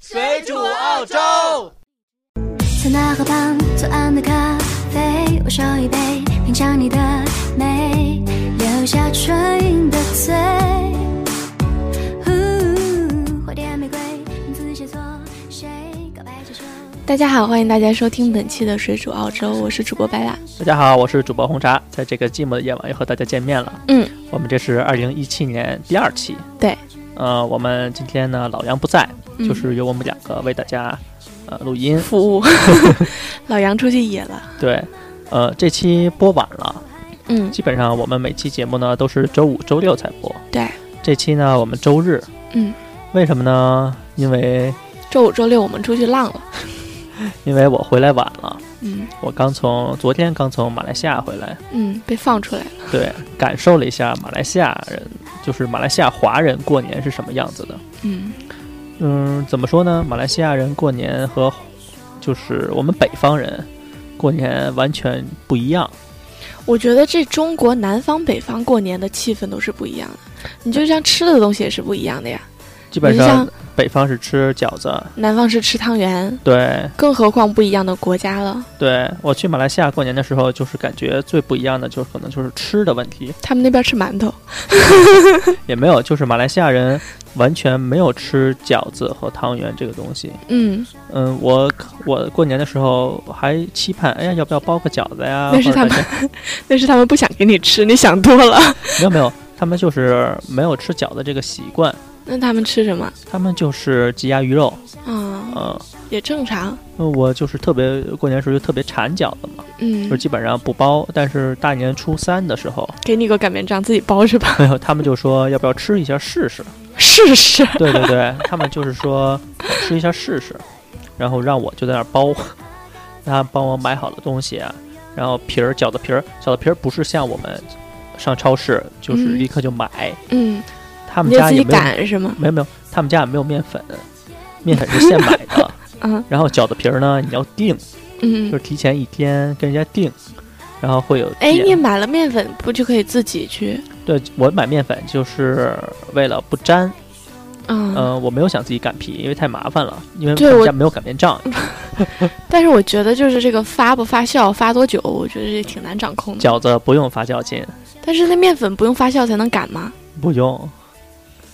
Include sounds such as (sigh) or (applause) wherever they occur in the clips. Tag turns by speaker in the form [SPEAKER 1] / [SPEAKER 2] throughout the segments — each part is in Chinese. [SPEAKER 1] 水煮澳洲。
[SPEAKER 2] 在那河畔左岸的咖啡，我手一杯，品尝你的美，留下唇印的醉。呼花店玫瑰，名字写错谁？告白气球。
[SPEAKER 3] 大家好，欢迎大家收听本期的《水煮澳洲》，我是主播白拉。
[SPEAKER 1] 大家好，我是主播红茶，在这个寂寞的夜晚又和大家见面了。
[SPEAKER 3] 嗯，
[SPEAKER 1] 我们这是二零一七年第二期。
[SPEAKER 3] 对，
[SPEAKER 1] 呃，我们今天呢，老杨不在，
[SPEAKER 3] 嗯
[SPEAKER 1] 就是由我们两个为大家呃录音。
[SPEAKER 3] 服务 (laughs) 老杨出去野了。
[SPEAKER 1] 对，呃，这期播晚了，
[SPEAKER 3] 嗯，
[SPEAKER 1] 基本上我们每期节目呢都是周五、周六才播。
[SPEAKER 3] 对，
[SPEAKER 1] 这期呢我们周日。
[SPEAKER 3] 嗯，
[SPEAKER 1] 为什么呢？因为
[SPEAKER 3] 周五、周六我们出去浪了。
[SPEAKER 1] 因为我回来晚了，
[SPEAKER 3] 嗯
[SPEAKER 1] 我刚从昨天刚从马来西亚回来。
[SPEAKER 3] 嗯，被放出来了。
[SPEAKER 1] 对，感受了一下马来西亚人，就是马来西亚华人过年是什么样子的。
[SPEAKER 3] 嗯
[SPEAKER 1] 嗯，怎么说呢？马来西亚人过年和就是我们北方人过年完全不一样。
[SPEAKER 3] 我觉得这中国南方北方过年的气氛都是不一样的，你就像吃的东西也是不一样的呀。
[SPEAKER 1] 基本
[SPEAKER 3] 你
[SPEAKER 1] 上
[SPEAKER 3] 像
[SPEAKER 1] 北方是吃饺子，
[SPEAKER 3] 南方是吃汤圆，
[SPEAKER 1] 对
[SPEAKER 3] 更何况不一样的国家了，
[SPEAKER 1] 对。我去马来西亚过年的时候，就是感觉最不一样的，就是可能就是吃的问题，
[SPEAKER 3] 他们那边吃馒头。
[SPEAKER 1] 也没有，就是马来西亚人完全没有吃饺子和汤圆这个东西。
[SPEAKER 3] 嗯，
[SPEAKER 1] 嗯，我我过年的时候还期盼，哎呀，要不要包个饺子呀？
[SPEAKER 3] 那是
[SPEAKER 1] 或者
[SPEAKER 3] 他
[SPEAKER 1] 大
[SPEAKER 3] 们
[SPEAKER 1] 家
[SPEAKER 3] 那是他们不想给你吃，你想多了。 (laughs)
[SPEAKER 1] 没有没有，他们就是没有吃饺子这个习惯，
[SPEAKER 3] 那他们吃什么？
[SPEAKER 1] 他们就是鸡鸭鱼肉，
[SPEAKER 3] 啊、
[SPEAKER 1] 嗯。
[SPEAKER 3] 也正常。
[SPEAKER 1] 那我就是特别过年的时候就特别馋饺子嘛，
[SPEAKER 3] 嗯
[SPEAKER 1] 就，基本上不包。但是大年初三的时候， (laughs)
[SPEAKER 3] 给你个擀面杖自己包是吧？
[SPEAKER 1] 没有他们就说要不要吃一下试试？
[SPEAKER 3] 试试。
[SPEAKER 1] 对对对，他们就是说吃一下试试，然后让我就在那儿包，他帮我买好了东西啊，然后皮儿饺子皮儿，饺子皮儿不是像我们上超市就是
[SPEAKER 3] 嗯
[SPEAKER 1] 立刻就买，
[SPEAKER 3] 嗯，
[SPEAKER 1] 他们
[SPEAKER 3] 你就
[SPEAKER 1] 家
[SPEAKER 3] 自
[SPEAKER 1] 也
[SPEAKER 3] 己
[SPEAKER 1] 没有
[SPEAKER 3] 擀是吗？
[SPEAKER 1] 没有没有，他们家也没有面粉，面粉是现买
[SPEAKER 3] (laughs)
[SPEAKER 1] 的。
[SPEAKER 3] 啊，
[SPEAKER 1] 然后饺子皮儿呢，你要
[SPEAKER 3] (laughs)
[SPEAKER 1] 定，就
[SPEAKER 3] 嗯
[SPEAKER 1] 是。提前一天跟人家定，然后会有
[SPEAKER 3] 哎，
[SPEAKER 1] 店
[SPEAKER 3] 你买了面粉，不就可以自己去？
[SPEAKER 1] 对我买面粉就是为了不粘，
[SPEAKER 3] 嗯，
[SPEAKER 1] 嗯、我没有想自己擀皮，因为太麻烦了，因为
[SPEAKER 3] 对
[SPEAKER 1] 他们
[SPEAKER 3] 我嗯
[SPEAKER 1] 家没有擀面杖，
[SPEAKER 3] 但是我觉得就是这个发不发酵、发多久，我觉得也挺难掌控的。
[SPEAKER 1] 饺子不用发酵巾，
[SPEAKER 3] 但是那面粉不用发酵才能擀吗？
[SPEAKER 1] 不用，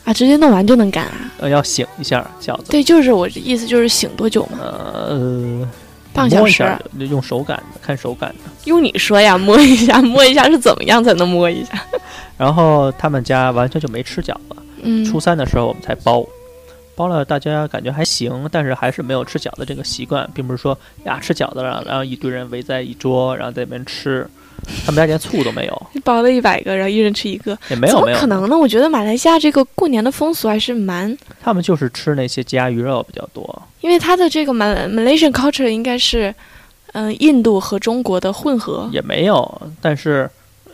[SPEAKER 3] 啊，直接弄完就能擀啊？
[SPEAKER 1] 呃，要醒一下饺子，
[SPEAKER 3] 对，就是我的意思就是醒多久嘛？
[SPEAKER 1] 呃，
[SPEAKER 3] 半个小
[SPEAKER 1] 摸一
[SPEAKER 3] 时。
[SPEAKER 1] 下用手擀的，看手擀的。
[SPEAKER 3] 用你说呀，摸一下，摸一下是怎么样才能摸一下？
[SPEAKER 1] 然后他们家完全就没吃饺子，
[SPEAKER 3] 嗯，
[SPEAKER 1] 初三的时候我们才包，包了大家感觉还行，但是还是没有吃饺子这个习惯，并不是说呀吃饺子了，然后一堆人围在一桌，然后在那边吃，他们家连醋都没有，
[SPEAKER 3] 包了一百个，然后一人吃一个，
[SPEAKER 1] 也没
[SPEAKER 3] 怎
[SPEAKER 1] 有
[SPEAKER 3] 么
[SPEAKER 1] 没有
[SPEAKER 3] 可，能呢？我觉得马来西亚这个过年的风俗还是蛮，
[SPEAKER 1] 他们就是吃那些鸡鸭鱼肉比较多，
[SPEAKER 3] 因为它的这个 Mal Malaysian culture 应该是，嗯、印度和中国的混合。
[SPEAKER 1] 也没有，但是。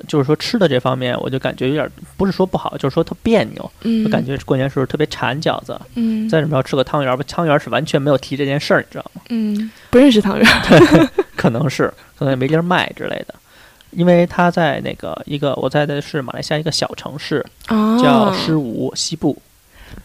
[SPEAKER 1] 就是说吃的这方面，我就感觉有点不是说不好，就是说特别扭，
[SPEAKER 3] 嗯，
[SPEAKER 1] 就感觉过年时候特别馋饺子。
[SPEAKER 3] 嗯
[SPEAKER 1] 再怎么着吃个汤圆吧，汤圆是完全没有提这件事儿，你知道吗？
[SPEAKER 3] 嗯不认识汤圆。
[SPEAKER 1] 可能是，可能也没地儿卖之类的。因为他在那个一个，我在的是马来西亚一个小城市， (laughs) 叫
[SPEAKER 3] 哦，
[SPEAKER 1] 诗吴西部。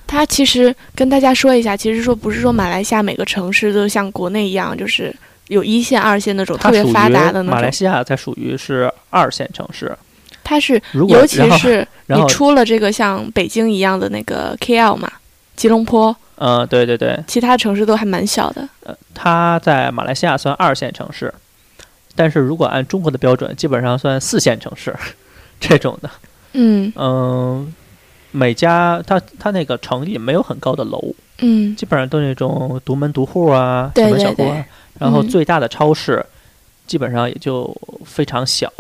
[SPEAKER 3] 它其实跟大家说一下，其实说不是说马来西亚每个城市都像国内一样，就是有一线、二线那种特
[SPEAKER 1] 它
[SPEAKER 3] 别
[SPEAKER 1] 属于
[SPEAKER 3] 发达的
[SPEAKER 1] 马
[SPEAKER 3] 那
[SPEAKER 1] 来
[SPEAKER 3] 种。
[SPEAKER 1] 西亚才属于是二线城市。
[SPEAKER 3] 它是，
[SPEAKER 1] 如果
[SPEAKER 3] 尤其
[SPEAKER 1] 然后
[SPEAKER 3] 是
[SPEAKER 1] 然
[SPEAKER 3] 你
[SPEAKER 1] 后
[SPEAKER 3] 出了这个像北京一样的那个 KL 嘛，吉隆坡，
[SPEAKER 1] 嗯，对对对，
[SPEAKER 3] 其他城市都还蛮小的。
[SPEAKER 1] 呃，它在马来西亚算二线城市，但是如果按中国的标准，基本上算四线城市 (laughs) 这种的。
[SPEAKER 3] 嗯
[SPEAKER 1] 嗯，每家它它那个城里没有很高的楼，
[SPEAKER 3] 嗯
[SPEAKER 1] 基本上都是那种独门独户啊，
[SPEAKER 3] 对
[SPEAKER 1] 小门
[SPEAKER 3] 对
[SPEAKER 1] 小户
[SPEAKER 3] 对
[SPEAKER 1] 啊。然后
[SPEAKER 3] 嗯
[SPEAKER 1] 最大的超市，基本上也就非常小，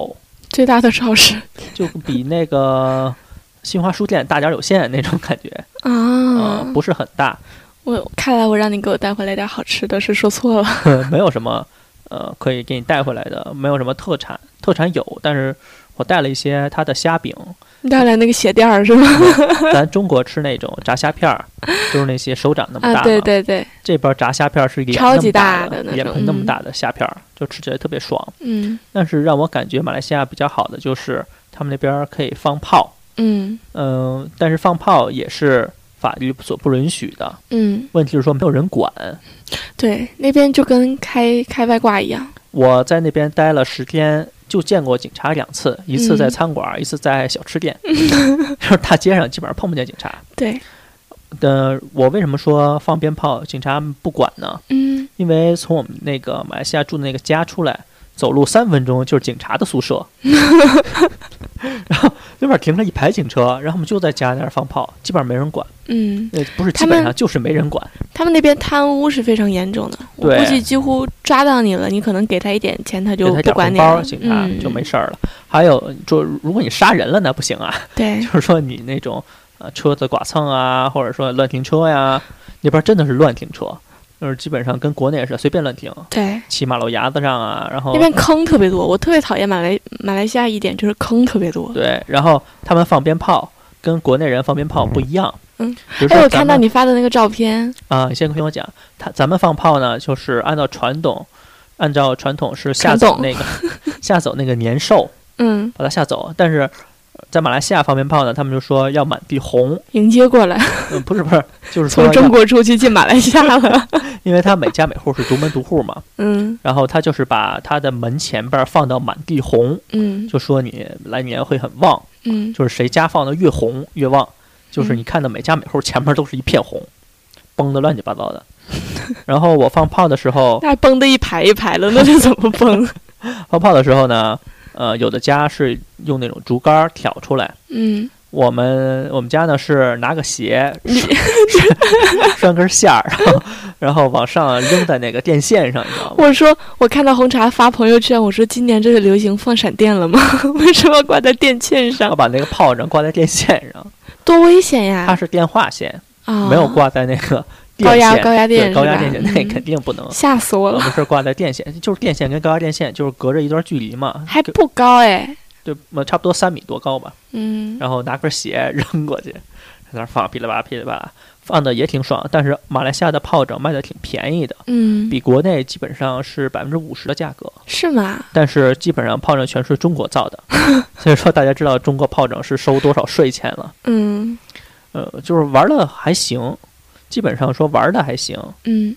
[SPEAKER 3] 最大的超市
[SPEAKER 1] 就比那个 (laughs) 新华书店大点儿有限那种感觉，
[SPEAKER 3] 啊。
[SPEAKER 1] 嗯、不是很大， (laughs)
[SPEAKER 3] 我看来我让你给我带回来点好吃的是说错了。 (laughs)
[SPEAKER 1] 没有什么呃可以给你带回来的，没有什么特产，特产有，但是我带了一些它的虾
[SPEAKER 3] (laughs)
[SPEAKER 1] 饼，
[SPEAKER 3] 你带来那个鞋垫儿
[SPEAKER 1] (laughs)
[SPEAKER 3] 是吗？
[SPEAKER 1] 咱中国吃那种炸虾片儿，就是那些手掌那么大
[SPEAKER 3] 啊，
[SPEAKER 1] 嘛，
[SPEAKER 3] 对对对，
[SPEAKER 1] 这边炸虾片儿是脸
[SPEAKER 3] 超
[SPEAKER 1] 那
[SPEAKER 3] 级
[SPEAKER 1] 么
[SPEAKER 3] 大
[SPEAKER 1] 的
[SPEAKER 3] 的那
[SPEAKER 1] 脸
[SPEAKER 3] 种
[SPEAKER 1] 盆那么
[SPEAKER 3] 嗯
[SPEAKER 1] 大的虾片儿，就吃起来特别爽。
[SPEAKER 3] 嗯
[SPEAKER 1] 但是让我感觉马来西亚比较好的就是他们那边儿可以放炮，
[SPEAKER 3] 嗯
[SPEAKER 1] 嗯、但是放炮也是法律所不允许的。
[SPEAKER 3] 嗯，
[SPEAKER 1] 问题是说没有人管。
[SPEAKER 3] 对，那边就跟开开外挂一样。
[SPEAKER 1] 我在那边待了十天，就见过警察两次，一次在
[SPEAKER 3] 嗯
[SPEAKER 1] 餐馆，一次在小吃店，就是大街上基本上碰不见警察。
[SPEAKER 3] 对，
[SPEAKER 1] 呃，我为什么说放鞭炮警察不管呢？
[SPEAKER 3] 嗯，
[SPEAKER 1] 因为从我们那个马来西亚住的那个家出来，走路三分钟就是警察的宿
[SPEAKER 3] (laughs)
[SPEAKER 1] 舍，然后那边停着一排警车，然后我们就在家那儿放炮，基本上没人管，
[SPEAKER 3] 嗯，
[SPEAKER 1] 呃，不是基
[SPEAKER 3] 他们
[SPEAKER 1] 本上就是没人管。
[SPEAKER 3] 他们那边贪污是非常严重的，我
[SPEAKER 1] 对
[SPEAKER 3] 估计几乎抓到你了，你可能给他一点钱，他
[SPEAKER 1] 给
[SPEAKER 3] 就
[SPEAKER 1] 他
[SPEAKER 3] 不
[SPEAKER 1] 点
[SPEAKER 3] 管
[SPEAKER 1] 红
[SPEAKER 3] 你
[SPEAKER 1] 包，
[SPEAKER 3] 了，
[SPEAKER 1] 警察就没
[SPEAKER 3] 嗯、
[SPEAKER 1] 事儿了。还有，就如果你杀人了，那不行啊，
[SPEAKER 3] 对
[SPEAKER 1] 就是说你那种呃车子剐蹭啊，或者说乱停车呀，那边真的是乱停车，就是基本上跟国内似的随便乱停，
[SPEAKER 3] 对。
[SPEAKER 1] 骑马路牙子上啊，然后
[SPEAKER 3] 那边坑特别多，我特别讨厌马来马来西亚一点就是坑特别多。
[SPEAKER 1] 对，然后他们放鞭炮跟国内人放鞭炮不一样。
[SPEAKER 3] 嗯，
[SPEAKER 1] 比如
[SPEAKER 3] 哎，
[SPEAKER 1] 说
[SPEAKER 3] 我
[SPEAKER 1] 咱
[SPEAKER 3] 看
[SPEAKER 1] 们
[SPEAKER 3] 到你发的那个照片，
[SPEAKER 1] 啊，你先听我讲，他咱们放炮呢，就是按照传统，按照传统是吓
[SPEAKER 3] 传
[SPEAKER 1] 走
[SPEAKER 3] 统
[SPEAKER 1] 那
[SPEAKER 3] (laughs)
[SPEAKER 1] 个吓走那个年兽，
[SPEAKER 3] 嗯，
[SPEAKER 1] 把它吓走。但是呃在马来西亚放鞭炮呢，他们就说要满地红，
[SPEAKER 3] 迎接过来，
[SPEAKER 1] 嗯，不是不是，就是说
[SPEAKER 3] 从中
[SPEAKER 1] 要，
[SPEAKER 3] 国出去进马来西亚了。 (laughs)
[SPEAKER 1] 因为他每家每户是独门独户嘛，
[SPEAKER 3] 嗯
[SPEAKER 1] 然后他就是把他的门前边儿放到满地红，
[SPEAKER 3] 嗯
[SPEAKER 1] 就说你来年会很旺。
[SPEAKER 3] 嗯，
[SPEAKER 1] 就是谁家放的越红越旺，就是
[SPEAKER 3] 嗯
[SPEAKER 1] 你看到每家每户前面都是一片红，崩的乱七八糟的。 (laughs) 然后我放炮的时候，
[SPEAKER 3] 那崩的一排一排了，那是怎么崩？
[SPEAKER 1] 放炮的时候呢，呃，有的家是用那种竹竿儿挑出来，
[SPEAKER 3] (laughs) 嗯，
[SPEAKER 1] 我们我们家呢是拿个鞋
[SPEAKER 3] (laughs)
[SPEAKER 1] 拴根线儿，然后然后往上扔在那个电线上，你知道吗？
[SPEAKER 3] 我说我看到红茶发朋友圈，我说今年这是流行放闪电了吗？ (laughs) 为什么挂在电线
[SPEAKER 1] 然后
[SPEAKER 3] 上？
[SPEAKER 1] 把那个炮仗挂在电线上，
[SPEAKER 3] 多危险呀！
[SPEAKER 1] 它是电话线，
[SPEAKER 3] 啊，
[SPEAKER 1] 没有挂在那个电
[SPEAKER 3] 高压
[SPEAKER 1] 线
[SPEAKER 3] 高压
[SPEAKER 1] 对
[SPEAKER 3] 电
[SPEAKER 1] 高
[SPEAKER 3] 是
[SPEAKER 1] 压
[SPEAKER 3] 吧
[SPEAKER 1] 电线，那
[SPEAKER 3] 嗯
[SPEAKER 1] 肯定不能。
[SPEAKER 3] 吓死我 (laughs)
[SPEAKER 1] 我
[SPEAKER 3] 了，
[SPEAKER 1] 们是挂在电线，就是电线跟高压电线就是隔着一段距离嘛，
[SPEAKER 3] 还
[SPEAKER 1] 就
[SPEAKER 3] 不高哎。
[SPEAKER 1] 对，呃差不多三米多高吧。
[SPEAKER 3] 嗯，
[SPEAKER 1] 然后拿根鞋扔过去，在那儿放噼里啪啦噼里啪啦，放的也挺爽。但是马来西亚的炮仗卖的挺便宜的，
[SPEAKER 3] 嗯，
[SPEAKER 1] 比国内基本上是百分之五十的价格。
[SPEAKER 3] 是吗？
[SPEAKER 1] 但是基本上炮仗全是中国造的，所以说大家知道中国炮仗是收多少税钱了。
[SPEAKER 3] 嗯
[SPEAKER 1] 呃，就是玩的还行，基本上说玩的还行，
[SPEAKER 3] 嗯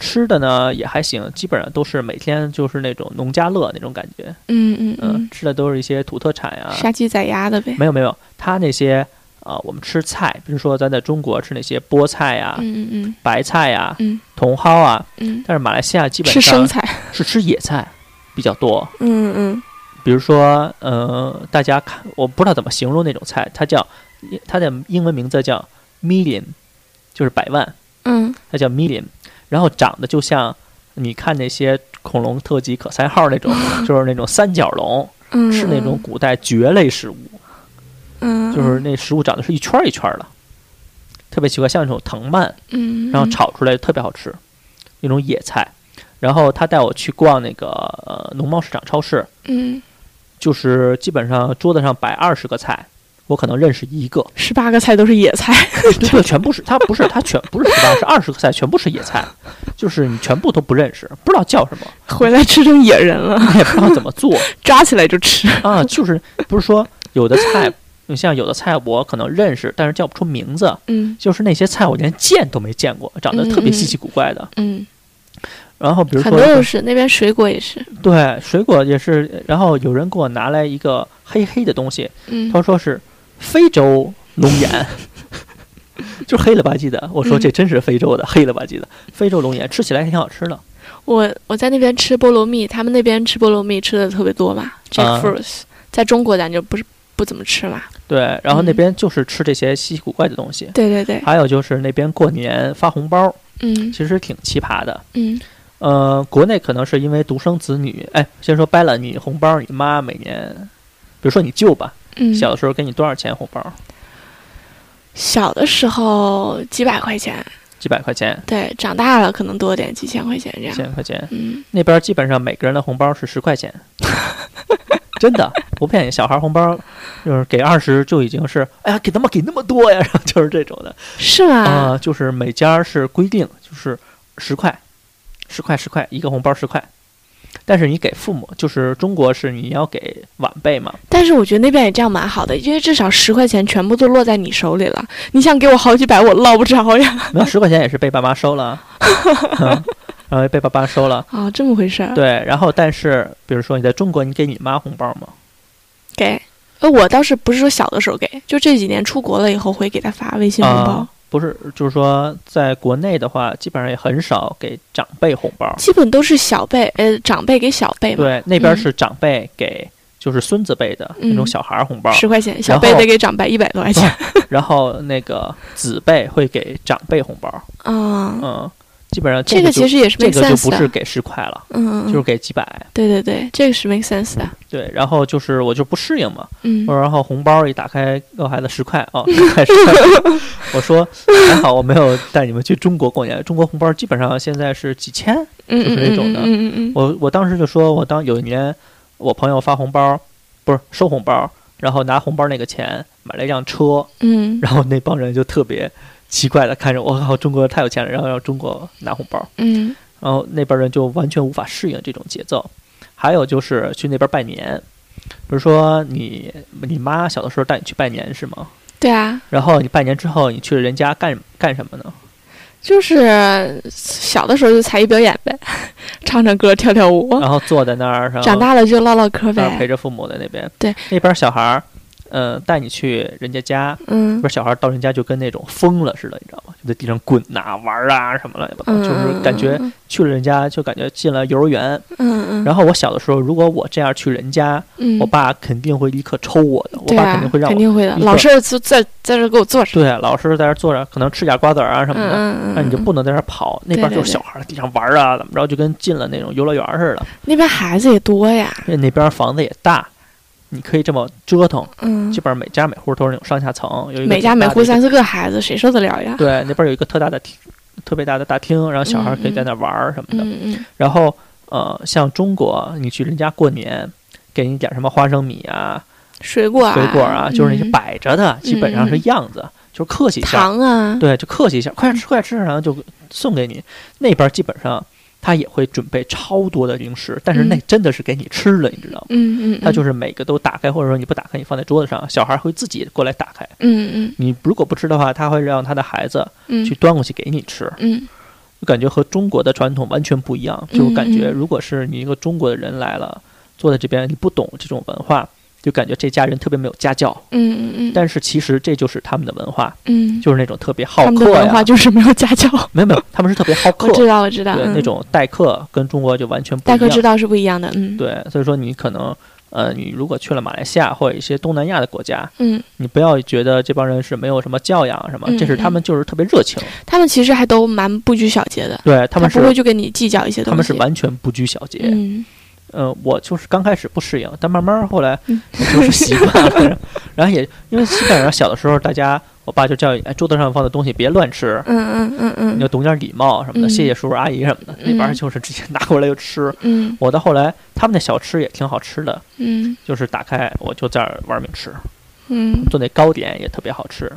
[SPEAKER 1] 吃的呢也还行，基本上都是每天就是那种农家乐那种感觉。
[SPEAKER 3] 嗯嗯
[SPEAKER 1] 嗯
[SPEAKER 3] 嗯，，啊
[SPEAKER 1] 吃的都是一些土特产呀、
[SPEAKER 3] 杀鸡宰鸭的呗。
[SPEAKER 1] 没有没有，他那些啊、我们吃菜，比如说咱在中国吃那些菠菜呀、
[SPEAKER 3] 嗯嗯
[SPEAKER 1] 白菜呀、
[SPEAKER 3] 嗯
[SPEAKER 1] 茼蒿啊，
[SPEAKER 3] 嗯
[SPEAKER 1] 但是马来西亚基
[SPEAKER 3] 嗯，
[SPEAKER 1] 本
[SPEAKER 3] 吃生
[SPEAKER 1] 上
[SPEAKER 3] 菜。
[SPEAKER 1] 是吃野菜比较多。
[SPEAKER 3] 嗯嗯
[SPEAKER 1] 比如说，呃，大家看，我不知道怎么形容那种菜，它叫它的英文名字叫 million，就是百万，
[SPEAKER 3] 嗯，
[SPEAKER 1] 它叫 million，然后长得就像你看那些恐龙特级可赛号那
[SPEAKER 3] (laughs)
[SPEAKER 1] 种，就是那种三角龙，
[SPEAKER 3] 嗯，
[SPEAKER 1] 是那种古代蕨类食物。
[SPEAKER 3] 嗯，嗯，
[SPEAKER 1] 就是那食物长得是一圈儿一圈儿的，特别奇怪，像那种藤蔓，
[SPEAKER 3] 嗯，嗯
[SPEAKER 1] 然后，炒出来特别好吃，那种野菜。然后他带我去逛那个呃农贸市场超市，
[SPEAKER 3] 嗯，
[SPEAKER 1] 就是基本上桌子上摆二十个菜，我可能认识一
[SPEAKER 3] (laughs)
[SPEAKER 1] 个，
[SPEAKER 3] 十八个菜都是野菜。 (laughs)
[SPEAKER 1] 对对，全部是，它不是它全不是十八，是二十个菜全部是野菜，就是你全部都不认识，不知道叫什么，
[SPEAKER 3] 回来吃成野人了， (laughs)
[SPEAKER 1] 你也不知道怎么做
[SPEAKER 3] 抓起来就吃。
[SPEAKER 1] 啊，就是不是说有的菜，你像有的菜我可能认识，但是叫不出名字，
[SPEAKER 3] 嗯
[SPEAKER 1] 就是那些菜我连见都没见过，长得特别稀奇古怪的。
[SPEAKER 3] 嗯，
[SPEAKER 1] 然后比如
[SPEAKER 3] 很多
[SPEAKER 1] 说
[SPEAKER 3] 都，是那边水果也是。
[SPEAKER 1] 对水果也是，然后有人给我拿来一个黑黑的东西，
[SPEAKER 3] 嗯
[SPEAKER 1] 他说是非洲龙眼，
[SPEAKER 3] (laughs)
[SPEAKER 1] 就黑了吧唧的。我说
[SPEAKER 3] 嗯
[SPEAKER 1] 这真是非洲的，黑了吧唧的非洲龙眼，吃起来挺好吃的。
[SPEAKER 3] 我我在那边吃菠萝蜜，他们那边吃菠萝蜜吃的特别多嘛，jackfruits，、在中国咱就不是不怎么吃嘛。
[SPEAKER 1] 对，然后那
[SPEAKER 3] 嗯
[SPEAKER 1] 边就是吃这些稀奇古怪的东西，
[SPEAKER 3] 对对对，
[SPEAKER 1] 还有就是那边过年发红包，
[SPEAKER 3] 嗯
[SPEAKER 1] 其实挺奇葩的。
[SPEAKER 3] 嗯
[SPEAKER 1] 呃，国内可能是因为独生子女，哎，先说掰了你红包，你妈每年，比如说你舅吧，
[SPEAKER 3] 嗯，
[SPEAKER 1] 小的时候给你多少钱红包？
[SPEAKER 3] 小的时候几百块钱，
[SPEAKER 1] 几百块钱、
[SPEAKER 3] 对，长大了可能多点，几千块钱这
[SPEAKER 1] 几
[SPEAKER 3] 样。
[SPEAKER 1] 千块钱。
[SPEAKER 3] 嗯，
[SPEAKER 1] 那边基本上每个人的红包是十块钱，真的不骗你。小孩红包就是给二十就已经是，哎呀，给他们给那么多呀，然 (laughs) 后就是这种的
[SPEAKER 3] 是吗？
[SPEAKER 1] 啊、就是每家是规定就是十块，十块十块一个红包十块，但是你给父母，就是中国是你要给晚辈嘛，
[SPEAKER 3] 但是我觉得那边也这样蛮好的，因为至少十块钱全部都落在你手里了。你想给我好几百，我捞不着呀。
[SPEAKER 1] 没有十块钱也是被爸妈收了啊，嗯然后被爸爸收了。
[SPEAKER 3] 哦，这么回事儿。
[SPEAKER 1] 对，然后但是比如说你在中国，你给你妈红包吗？
[SPEAKER 3] 给，呃，我倒是不是说小的时候给，就这几年出国了以后会给他发微信红包，
[SPEAKER 1] 啊不是，就是说在国内的话，基本上也很少给长辈红包。
[SPEAKER 3] 基本都是小辈，呃，长辈给小辈嘛，
[SPEAKER 1] 对，那边
[SPEAKER 3] 嗯
[SPEAKER 1] 是长辈给就是孙子辈的那种
[SPEAKER 3] 嗯
[SPEAKER 1] 小孩儿红包，
[SPEAKER 3] 十块钱，小辈
[SPEAKER 1] 然后
[SPEAKER 3] 得给长辈一百多块钱。
[SPEAKER 1] (laughs) 然后那个子辈会给长辈红包，
[SPEAKER 3] 啊、
[SPEAKER 1] 嗯，基本上
[SPEAKER 3] 这个
[SPEAKER 1] 就
[SPEAKER 3] 其实也是
[SPEAKER 1] 这
[SPEAKER 3] make
[SPEAKER 1] 个就
[SPEAKER 3] sense
[SPEAKER 1] 不
[SPEAKER 3] 的。
[SPEAKER 1] 是给十块了，
[SPEAKER 3] 嗯，
[SPEAKER 1] 就是
[SPEAKER 3] 嗯，
[SPEAKER 1] 给几百。
[SPEAKER 3] 对对对，这个是 make sense 的。
[SPEAKER 1] 对，然后就是我就不适应嘛，
[SPEAKER 3] 嗯
[SPEAKER 1] 我，说然后红包一打开，告诉孩子十块
[SPEAKER 3] (laughs)
[SPEAKER 1] 哦，十块十块。我说还好我没有带你们去中国过年，中国红包基本上现在是几千。
[SPEAKER 3] 嗯
[SPEAKER 1] 就是
[SPEAKER 3] 嗯
[SPEAKER 1] 那种的
[SPEAKER 3] 嗯嗯嗯嗯
[SPEAKER 1] 我我当时就说，我当有一年我朋友发红包，不是收红包，然后拿红包那个钱买了一辆车，
[SPEAKER 3] 嗯
[SPEAKER 1] 然后那帮人就特别奇怪的看着我，我靠，中国人太有钱了，然后让中国拿红包，
[SPEAKER 3] 嗯
[SPEAKER 1] 然后那边人就完全无法适应这种节奏。还有就是去那边拜年，比如说你你妈小的时候带你去拜年是吗？
[SPEAKER 3] 对啊，
[SPEAKER 1] 然后你拜年之后，你去人家干干什么呢？
[SPEAKER 3] 就是小的时候就才艺表演呗， (laughs) 唱唱歌，跳跳舞，
[SPEAKER 1] 然后坐在那儿，啊然后
[SPEAKER 3] 哦长大了就唠唠嗑
[SPEAKER 1] 然后陪
[SPEAKER 3] 呗。
[SPEAKER 1] 着父母在那边。
[SPEAKER 3] 对，
[SPEAKER 1] 那边小孩儿，呃，带你去人家家，
[SPEAKER 3] 嗯
[SPEAKER 1] 那边小孩儿到人家就跟那种疯了似的，你知道吗？就在地上滚呐、玩儿啊什么乱七八糟，
[SPEAKER 3] 嗯，
[SPEAKER 1] 就是感觉
[SPEAKER 3] 嗯
[SPEAKER 1] 去了人家就感觉进了幼儿园。
[SPEAKER 3] 嗯，
[SPEAKER 1] 然后我小的时候，如果我这样去人家，
[SPEAKER 3] 嗯
[SPEAKER 1] 我爸肯定会立刻抽我的，我
[SPEAKER 3] 对
[SPEAKER 1] 爸
[SPEAKER 3] 啊，
[SPEAKER 1] 肯定会让我
[SPEAKER 3] 定会的
[SPEAKER 1] 立刻
[SPEAKER 3] 老师就在在这给我坐着。
[SPEAKER 1] 对老师在那儿坐着，可能吃点瓜子儿啊什
[SPEAKER 3] 嗯
[SPEAKER 1] 么的。
[SPEAKER 3] 嗯嗯，
[SPEAKER 1] 那你就
[SPEAKER 3] 嗯
[SPEAKER 1] 不能在那儿跑，那
[SPEAKER 3] 对
[SPEAKER 1] 边
[SPEAKER 3] 对
[SPEAKER 1] 就是
[SPEAKER 3] 对
[SPEAKER 1] 小孩儿在地上玩儿啊，怎么着，就跟进了那种游乐园儿似的。
[SPEAKER 3] 那边孩子也多呀，
[SPEAKER 1] 因为那边房子也大，你可以这么折腾，
[SPEAKER 3] 嗯
[SPEAKER 1] 基，本上每家每户都是那种上下层，有一个
[SPEAKER 3] 每家
[SPEAKER 1] 挺
[SPEAKER 3] 每
[SPEAKER 1] 大的
[SPEAKER 3] 户
[SPEAKER 1] 一个
[SPEAKER 3] 三四个孩子，谁受得了呀？
[SPEAKER 1] (laughs) 对，那边有一个特大的厅，特别大的大厅，然后小孩可以在那玩儿什么的。
[SPEAKER 3] 嗯嗯
[SPEAKER 1] 然后呃，像中国，你去人家过年，给你点什么花生米啊、
[SPEAKER 3] 水果啊，
[SPEAKER 1] 水果啊，就是那些
[SPEAKER 3] 嗯
[SPEAKER 1] 摆着的，基本上是
[SPEAKER 3] 嗯嗯
[SPEAKER 1] 样子，就是客气一下，
[SPEAKER 3] 糖啊，
[SPEAKER 1] 对，就客气一下，快吃快吃，然后就送给你。那边基本上他也会准备超多的零食，但是那
[SPEAKER 3] 嗯
[SPEAKER 1] 真的是给你吃的，你知道吗？
[SPEAKER 3] 嗯嗯，
[SPEAKER 1] 他就是是每个都打开，或者说你不打开，你放在桌子上，小孩会自己过来打开。
[SPEAKER 3] 嗯嗯
[SPEAKER 1] 你如果不吃的话，他会让他的孩子
[SPEAKER 3] 嗯
[SPEAKER 1] 去端过去给你吃。
[SPEAKER 3] 嗯
[SPEAKER 1] 就感觉和中国的传统完全不一样，
[SPEAKER 3] 嗯
[SPEAKER 1] 就感觉
[SPEAKER 3] 嗯
[SPEAKER 1] 如果是你一个中国的人来了，坐在这边，你不懂这种文化，就感觉这家人特别没有家教。
[SPEAKER 3] 嗯嗯嗯
[SPEAKER 1] 但是其实这就是他们的文化，
[SPEAKER 3] 嗯，
[SPEAKER 1] 就是那种特别好
[SPEAKER 3] 他们的
[SPEAKER 1] 客
[SPEAKER 3] 文化
[SPEAKER 1] 呀，
[SPEAKER 3] 就是没有家教，
[SPEAKER 1] 没有没有，他们是特别好客
[SPEAKER 3] 我，知道我知道，
[SPEAKER 1] 对
[SPEAKER 3] 嗯
[SPEAKER 1] 那种待客跟中国就完全不一
[SPEAKER 3] 待
[SPEAKER 1] 样。
[SPEAKER 3] 客之道是不一样的，嗯，，
[SPEAKER 1] 对，所以说你可能，呃，你如果去了马来西亚或者一些东南亚的国家，
[SPEAKER 3] 嗯，
[SPEAKER 1] 你不要觉得这帮人是没有什么教养什么，
[SPEAKER 3] 嗯
[SPEAKER 1] 这是他们就是特别热情，
[SPEAKER 3] 他们其实还都蛮不拘小节的，
[SPEAKER 1] 对他们
[SPEAKER 3] 不会
[SPEAKER 1] 是
[SPEAKER 3] 去跟你计较一些东西，
[SPEAKER 1] 他们是完全不拘小节，
[SPEAKER 3] 嗯
[SPEAKER 1] 呃，我就是刚开始不适应，但慢慢后来
[SPEAKER 3] 嗯
[SPEAKER 1] 我就是习惯了。 (laughs) 然后也因为基本上小的时候，大家我爸就教育，哎，桌子上放的东西别乱吃，
[SPEAKER 3] 嗯嗯嗯
[SPEAKER 1] 你要
[SPEAKER 3] 嗯
[SPEAKER 1] 懂点礼貌什么的，
[SPEAKER 3] 嗯
[SPEAKER 1] 谢谢叔叔阿姨什么的。那边儿就是直接 (laughs) 拿过来就吃。
[SPEAKER 3] 嗯
[SPEAKER 1] 我到后来，他们那小吃也挺好吃的，
[SPEAKER 3] 嗯
[SPEAKER 1] 就是打开我就在那儿玩命吃，
[SPEAKER 3] 嗯
[SPEAKER 1] 做那糕点也特别好吃。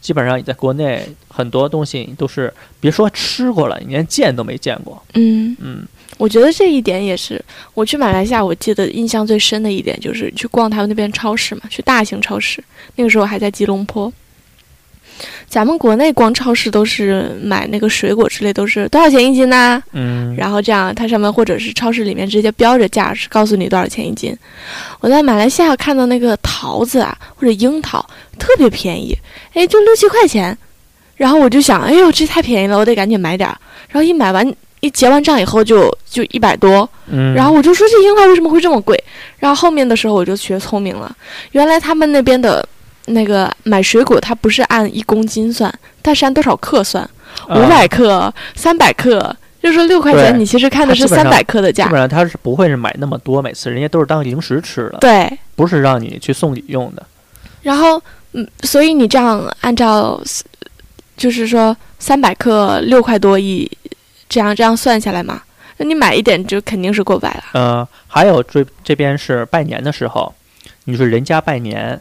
[SPEAKER 1] 基本上你在国内很多东西你都是别说吃过了，你连见都没见过。
[SPEAKER 3] 嗯。
[SPEAKER 1] 嗯，
[SPEAKER 3] 我觉得这一点也是我去马来西亚，我记得印象最深的一点就是去逛他们那边超市嘛，去大型超市。那个时候还在吉隆坡。咱们国内逛超市都是买那个水果之类，都是多少钱一斤呐、
[SPEAKER 1] 嗯，
[SPEAKER 3] 然后这样它上面或者是超市里面直接标着价，是告诉你多少钱一斤。我在马来西亚看到那个桃子啊或者樱桃特别便宜，哎，就六七块钱。然后我就想，哎呦，这太便宜了，我得赶紧买点儿。然后一买完，一结完账以后就就一百多，
[SPEAKER 1] 嗯
[SPEAKER 3] 然后我就说这樱桃为什么会这么贵？然后后面的时候我就学聪明了，原来他们那边的那个买水果，它不是按一公斤算，它是按多少克算，五百
[SPEAKER 1] 啊
[SPEAKER 3] 克、三百克，就是六块钱，
[SPEAKER 1] 对
[SPEAKER 3] 你其实看的
[SPEAKER 1] 它
[SPEAKER 3] 是
[SPEAKER 1] 基本
[SPEAKER 3] 三
[SPEAKER 1] 上
[SPEAKER 3] 百克的
[SPEAKER 1] 基
[SPEAKER 3] 价
[SPEAKER 1] 本。上他是不会是买那么多，每次人家都是当零食吃的，
[SPEAKER 3] 对，
[SPEAKER 1] 不是让你去送礼用的。
[SPEAKER 3] 然后嗯，所以你这样按照，就是说三百克六块多一，这样这样算下来嘛，那你买一点就肯定是过百了。
[SPEAKER 1] 呃，还有这这边是拜年的时候，你是人家拜年，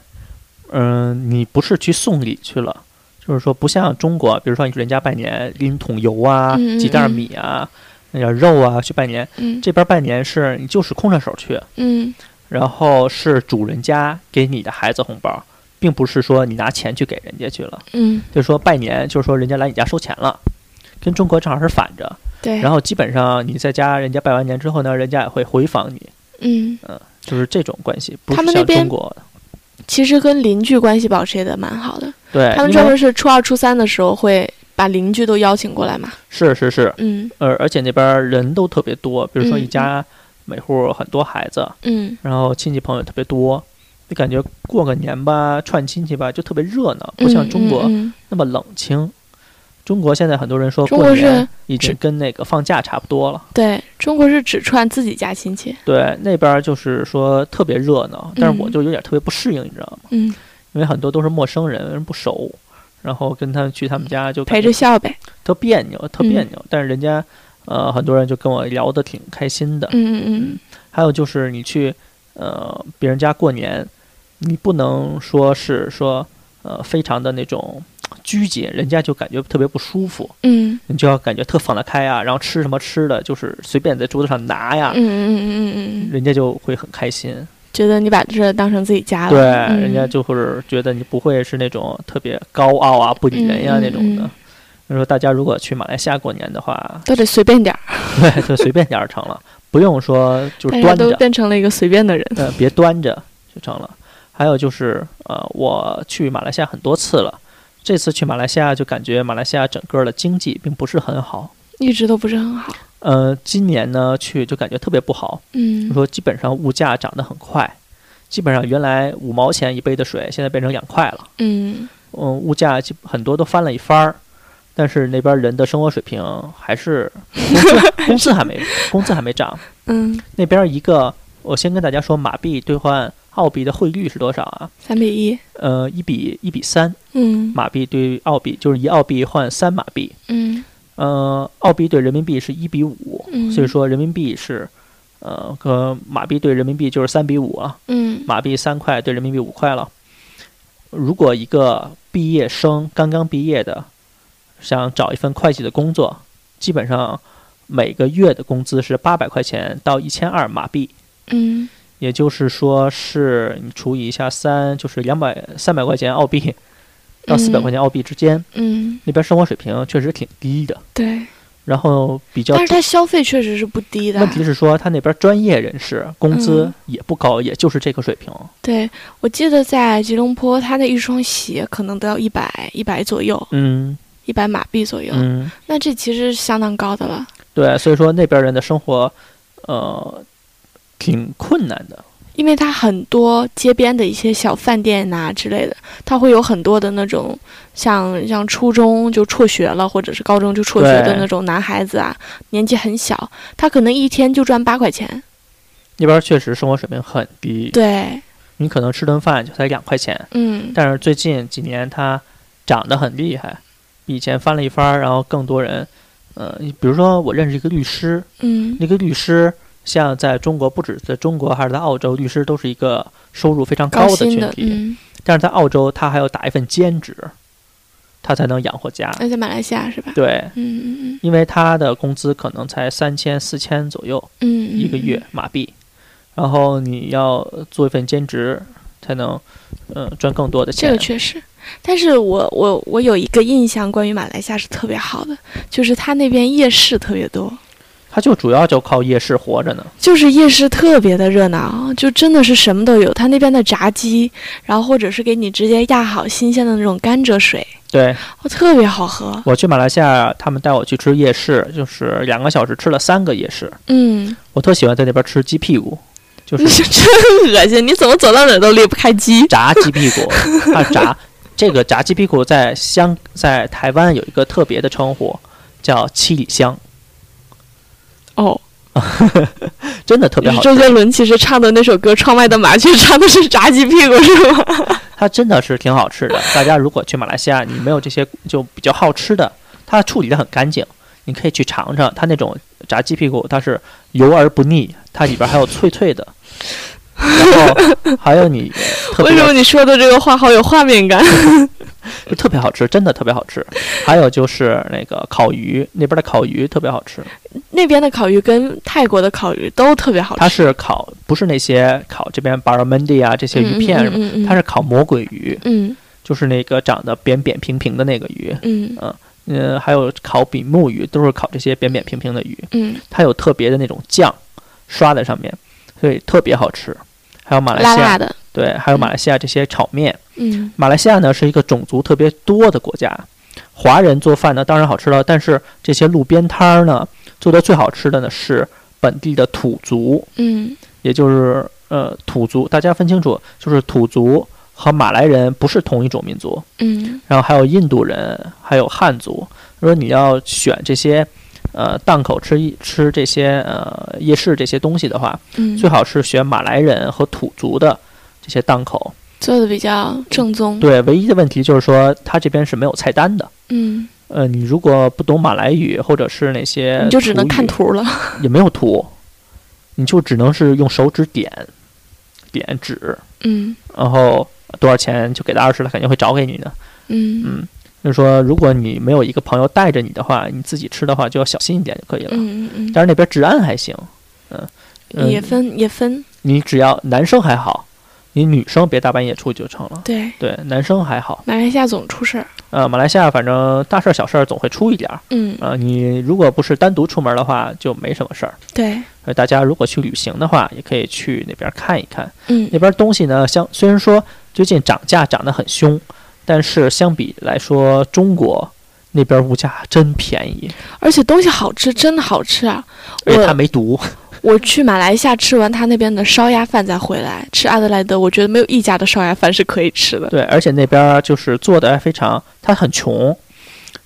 [SPEAKER 1] 嗯、你不是去送礼去了，就是说不像中国，比如说你去人家拜年拎桶油啊、
[SPEAKER 3] 嗯嗯
[SPEAKER 1] 几袋
[SPEAKER 3] 嗯
[SPEAKER 1] 米啊，那叫肉啊去拜年。
[SPEAKER 3] 嗯
[SPEAKER 1] 这边拜年是你就是空着手去，
[SPEAKER 3] 嗯
[SPEAKER 1] 然后是主人家给你的孩子红包，并不是说你拿钱去给人家去了。
[SPEAKER 3] 嗯，
[SPEAKER 1] 就是说拜年，就是说人家来你家收钱了，跟中国正好是反着。
[SPEAKER 3] 对，
[SPEAKER 1] 然后基本上你在家，人家拜完年之后呢，人家也会回访你，
[SPEAKER 3] 嗯，
[SPEAKER 1] 就是这种关系，不
[SPEAKER 3] 他
[SPEAKER 1] 是
[SPEAKER 3] 们那
[SPEAKER 1] 像
[SPEAKER 3] 边
[SPEAKER 1] 中国的
[SPEAKER 3] 其实跟邻居关系保持也得蛮好的。
[SPEAKER 1] 对，
[SPEAKER 3] 他们
[SPEAKER 1] 因
[SPEAKER 3] 专
[SPEAKER 1] 为
[SPEAKER 3] 门是初二、初三的时候会把邻居都邀请过来嘛。
[SPEAKER 1] 是是是，
[SPEAKER 3] 嗯
[SPEAKER 1] 呃，而且那边人都特别多，比如说
[SPEAKER 3] 嗯
[SPEAKER 1] 一家每户很多孩子，
[SPEAKER 3] 嗯
[SPEAKER 1] 然后亲戚朋友特别多，就感觉过个年吧，串亲戚吧，就特别热闹，不像中国
[SPEAKER 3] 嗯嗯
[SPEAKER 1] 那么冷清。中国现在很多人说
[SPEAKER 3] 中
[SPEAKER 1] 过
[SPEAKER 3] 国
[SPEAKER 1] 年
[SPEAKER 3] 是
[SPEAKER 1] 已经跟那个放假差不多了，
[SPEAKER 3] 对中国是只串自己家亲戚。
[SPEAKER 1] 对，那边就是说特别热闹，但是我
[SPEAKER 3] 嗯
[SPEAKER 1] 就有点特别不适应，你知道吗？
[SPEAKER 3] 嗯，
[SPEAKER 1] 因为很多都是陌生人，人不熟，然后跟他们去他们家就
[SPEAKER 3] 陪
[SPEAKER 1] 感觉
[SPEAKER 3] 着笑呗。
[SPEAKER 1] 特别扭，特别
[SPEAKER 3] 嗯
[SPEAKER 1] 扭。但是人家呃很多人就跟我聊得挺开心的。
[SPEAKER 3] 嗯嗯
[SPEAKER 1] 还有就是你去呃别人家过年，你不能说是说呃非常的那种拘谨，人家就感觉特别不舒服，
[SPEAKER 3] 嗯
[SPEAKER 1] 你就要感觉特放得开啊，然后吃什么吃的就是随便在桌子上拿呀
[SPEAKER 3] 嗯嗯，嗯嗯嗯嗯，
[SPEAKER 1] 人家就会很开心。
[SPEAKER 3] 觉得你把这当成自己家了。
[SPEAKER 1] 对，
[SPEAKER 3] 嗯
[SPEAKER 1] 人家就会是觉得你不会是那种特别高傲啊、不理人呀、
[SPEAKER 3] 嗯嗯
[SPEAKER 1] 那种的
[SPEAKER 3] 嗯。，
[SPEAKER 1] 所以说，大家如果去马来西亚过年的话 (laughs)
[SPEAKER 3] 都得随便点儿，
[SPEAKER 1] 对，就随便点儿成了，不用说就是
[SPEAKER 3] 大家
[SPEAKER 1] 端
[SPEAKER 3] 都
[SPEAKER 1] 着，
[SPEAKER 3] 变成了一个随便的人。
[SPEAKER 1] 呃，别端着就成了。还有就是，呃，我去马来西亚很多次了，这次去马来西亚就感觉马来西亚整个的经济并不是很好。
[SPEAKER 3] 一直都不是很好。
[SPEAKER 1] 呃，今年呢去就感觉特别不好，
[SPEAKER 3] 嗯
[SPEAKER 1] 就，说基本上物价涨得很快，基本上原来五毛钱一杯的水，现在变成两块了。
[SPEAKER 3] 嗯，
[SPEAKER 1] 嗯，物价基很多都翻了一番儿，但是那边人的生活水平还是工资工资还没工资还没涨。
[SPEAKER 3] 嗯，
[SPEAKER 1] 那边一个，我先跟大家说，马币兑换澳币的汇率是多少啊？
[SPEAKER 3] 三比一。
[SPEAKER 1] 呃，一比一比三，
[SPEAKER 3] 嗯
[SPEAKER 1] 马币对澳币就是一澳币换三马币，
[SPEAKER 3] 嗯
[SPEAKER 1] 呃，澳币对人民币是一比五、
[SPEAKER 3] 嗯
[SPEAKER 1] 所以说人民币是。呃，和马币对人民币就是三比五啊，
[SPEAKER 3] 嗯
[SPEAKER 1] 马币三块对人民币五块了。如果一个毕业生刚刚毕业的，想找一份会计的工作，基本上每个月的工资是八百块钱到一千二马币，
[SPEAKER 3] 嗯
[SPEAKER 1] 也就是说是你除以一下三，就是两百三百块钱澳币到四百
[SPEAKER 3] 嗯
[SPEAKER 1] 块钱澳币之间。
[SPEAKER 3] 嗯，
[SPEAKER 1] 那边生活水平确实挺低的，
[SPEAKER 3] 对。
[SPEAKER 1] 然后比较
[SPEAKER 3] 但是他消费确实是不低的。
[SPEAKER 1] 问题是说他那边专业人士工资
[SPEAKER 3] 嗯
[SPEAKER 1] 也不高，也就是这个水平。
[SPEAKER 3] 对，我记得在吉隆坡，他的一双鞋可能都要一百一百左右，
[SPEAKER 1] 嗯
[SPEAKER 3] 一百马币左右。
[SPEAKER 1] 嗯。
[SPEAKER 3] 那这其实是相当高的了。
[SPEAKER 1] 对，所以说那边人的生活，呃，挺困难的。
[SPEAKER 3] 因为它很多街边的一些小饭店呐、之类的，它会有很多的那种像像初中就辍学了，或者是高中就辍学的
[SPEAKER 1] 对
[SPEAKER 3] 那种男孩子啊，年纪很小，他可能一天就赚八块钱，
[SPEAKER 1] 那边确实生活水平很低，
[SPEAKER 3] 对，
[SPEAKER 1] 你可能吃顿饭就才两块钱。
[SPEAKER 3] 嗯，
[SPEAKER 1] 但是最近几年它涨得很厉害，比以前翻了一番儿，然后更多人，呃，比如说我认识一个律师，
[SPEAKER 3] 嗯
[SPEAKER 1] 那个律师像在中国，不止在中国还是在澳洲，律师都是一个收入非常高
[SPEAKER 3] 高
[SPEAKER 1] 的
[SPEAKER 3] 薪
[SPEAKER 1] 群
[SPEAKER 3] 的，
[SPEAKER 1] 体。
[SPEAKER 3] 嗯，
[SPEAKER 1] 但是在澳洲，他还要打一份兼职，他才能养活家。
[SPEAKER 3] 那在马来西亚是吧？
[SPEAKER 1] 对，
[SPEAKER 3] 嗯嗯
[SPEAKER 1] 因为他的工资可能才三千四千左右
[SPEAKER 3] 嗯嗯，
[SPEAKER 1] 一个月马币，然后你要做一份兼职才能，呃，赚更多的
[SPEAKER 3] 这
[SPEAKER 1] 钱
[SPEAKER 3] 个。确实，但是我我我有一个印象，关于马来西亚是特别好的，就是它那边夜市特别多，
[SPEAKER 1] 他就主要就靠夜市活着呢。
[SPEAKER 3] 就是夜市特别的热闹，就真的是什么都有。它那边的炸鸡，然后或者是给你直接压好新鲜的那种甘蔗水，
[SPEAKER 1] 对
[SPEAKER 3] 哦，特别好喝。
[SPEAKER 1] 我去马来西亚，他们带我去吃夜市，就是两个小时吃了三个夜市。
[SPEAKER 3] 嗯，
[SPEAKER 1] 我特喜欢在那边吃鸡屁股，就
[SPEAKER 3] 你 (laughs)
[SPEAKER 1] 是
[SPEAKER 3] 真恶心，你怎么走到哪儿都离不开鸡？
[SPEAKER 1] 炸鸡屁股，它炸这个炸鸡屁股在香在台湾有一个特别的称呼，叫七里香，
[SPEAKER 3] 哦，
[SPEAKER 1] 真的特别好吃
[SPEAKER 3] 周。杰伦其实唱的那首歌《窗外的麻雀》唱的是炸鸡屁股是吗？
[SPEAKER 1] 它真的是挺好吃
[SPEAKER 3] (laughs)
[SPEAKER 1] 的。大家如果去马来西亚，你没有这些就比较好吃的，它处理的很干净，你可以去尝尝它那种炸鸡屁股，它是油而不腻，它里边还有脆脆
[SPEAKER 3] (laughs)
[SPEAKER 1] 的，然后还有你 (laughs) 特
[SPEAKER 3] 为什么
[SPEAKER 1] 别
[SPEAKER 3] 你说的这个话好有画
[SPEAKER 1] (laughs)
[SPEAKER 3] 面感？
[SPEAKER 1] 就特别好吃，真的特别好吃。还有就是那个烤鱼，那边的烤鱼特别好吃，
[SPEAKER 3] 那边的烤鱼跟泰国的烤鱼都特别好吃。
[SPEAKER 1] 它是烤，不是那些烤这边 barramundi 啊这些鱼片什么，
[SPEAKER 3] 嗯嗯嗯嗯
[SPEAKER 1] 它是烤魔鬼鱼，
[SPEAKER 3] 嗯
[SPEAKER 1] 就是那个长得扁扁平平的那个鱼。
[SPEAKER 3] 嗯
[SPEAKER 1] 嗯，还有烤比目鱼，都是烤这些扁扁平平的鱼。
[SPEAKER 3] 嗯，
[SPEAKER 1] 它有特别的那种酱刷在上面，所以特别好吃。还有马来
[SPEAKER 3] 辣
[SPEAKER 1] 西亚，
[SPEAKER 3] 辣的，
[SPEAKER 1] 对，还有马来西亚这些炒面。
[SPEAKER 3] 嗯
[SPEAKER 1] 马来西亚呢是一个种族特别多的国家，华人做饭呢当然好吃了，但是这些路边摊儿呢做的最好吃的呢是本地的土族，
[SPEAKER 3] 嗯
[SPEAKER 1] 也就是呃土族，大家分清楚，就是土族和马来人不是同一种民族，
[SPEAKER 3] 嗯
[SPEAKER 1] 然后还有印度人，还有汉族。如果你要选这些呃档口吃一吃这些呃夜市这些东西的话，
[SPEAKER 3] 嗯，
[SPEAKER 1] 最好是选马来人和土族的这些档口。
[SPEAKER 3] 做的比较正宗。
[SPEAKER 1] 对，唯一的问题就是说，它这边是没有菜单的。
[SPEAKER 3] 嗯，
[SPEAKER 1] 呃，你如果不懂马来语或者是那些，
[SPEAKER 3] 你就只能看
[SPEAKER 1] 图
[SPEAKER 3] 图了。
[SPEAKER 1] 语，也没有图，你就只能是用手指点点指，
[SPEAKER 3] 嗯
[SPEAKER 1] 然后多少钱就给他二十，他肯定会找给你的。
[SPEAKER 3] 嗯
[SPEAKER 1] 嗯，就是说，如果你没有一个朋友带着你的话，你自己吃的话就要小心一点就可以了。
[SPEAKER 3] 嗯嗯
[SPEAKER 1] 但是那边治安还行，嗯，
[SPEAKER 3] 嗯，也
[SPEAKER 1] 嗯，
[SPEAKER 3] 分也分，
[SPEAKER 1] 你只要男生还好，你女生别大半夜出去就成了。
[SPEAKER 3] 对，
[SPEAKER 1] 对，男生还好。
[SPEAKER 3] 马来西亚总出事儿。
[SPEAKER 1] 呃，马来西亚反正大事儿小事儿总会出一点儿。
[SPEAKER 3] 嗯，
[SPEAKER 1] 呃，你如果不是单独出门的话，就没什么事儿。
[SPEAKER 3] 对，
[SPEAKER 1] 呃，大家如果去旅行的话，也可以去那边看一看。
[SPEAKER 3] 嗯
[SPEAKER 1] 那边东西呢，相虽然说最近涨价涨得很凶，但是相比来说，中国那边物价真便宜，
[SPEAKER 3] 而且东西好吃，真的好吃啊！
[SPEAKER 1] 而且它
[SPEAKER 3] 我
[SPEAKER 1] 没毒。
[SPEAKER 3] 我去马来西亚吃完他那边的烧鸭饭再回来吃阿德莱德，我觉得没有一家的烧鸭饭是可以吃的。
[SPEAKER 1] 对，而且那边就是做的还非常，他很穷，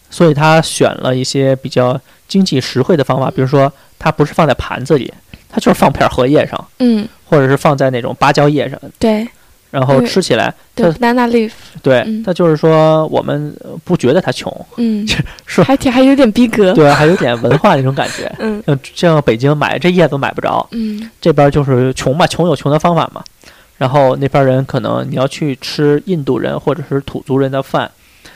[SPEAKER 1] 所以他选了一些比较经济实惠的方法，比如说他不是放在盘子里，他就是放片儿荷叶上，
[SPEAKER 3] 嗯，
[SPEAKER 1] 或者是放在那种芭蕉叶上，
[SPEAKER 3] 对
[SPEAKER 1] 然后
[SPEAKER 3] 对
[SPEAKER 1] 吃起来，
[SPEAKER 3] 对
[SPEAKER 1] 它
[SPEAKER 3] ，banana leaf，
[SPEAKER 1] 对
[SPEAKER 3] 嗯，
[SPEAKER 1] 他就是说我们呃不觉得他穷， (laughs)
[SPEAKER 3] 嗯，
[SPEAKER 1] 是
[SPEAKER 3] 还挺还有点逼格。。
[SPEAKER 1] 对，还有点文化那种感觉
[SPEAKER 3] 嗯
[SPEAKER 1] 像像北京买这叶子买不着，
[SPEAKER 3] 嗯
[SPEAKER 1] 这边就是穷嘛，穷有穷的方法嘛。然后那边人可能你要去吃印度人或者是土族人的饭，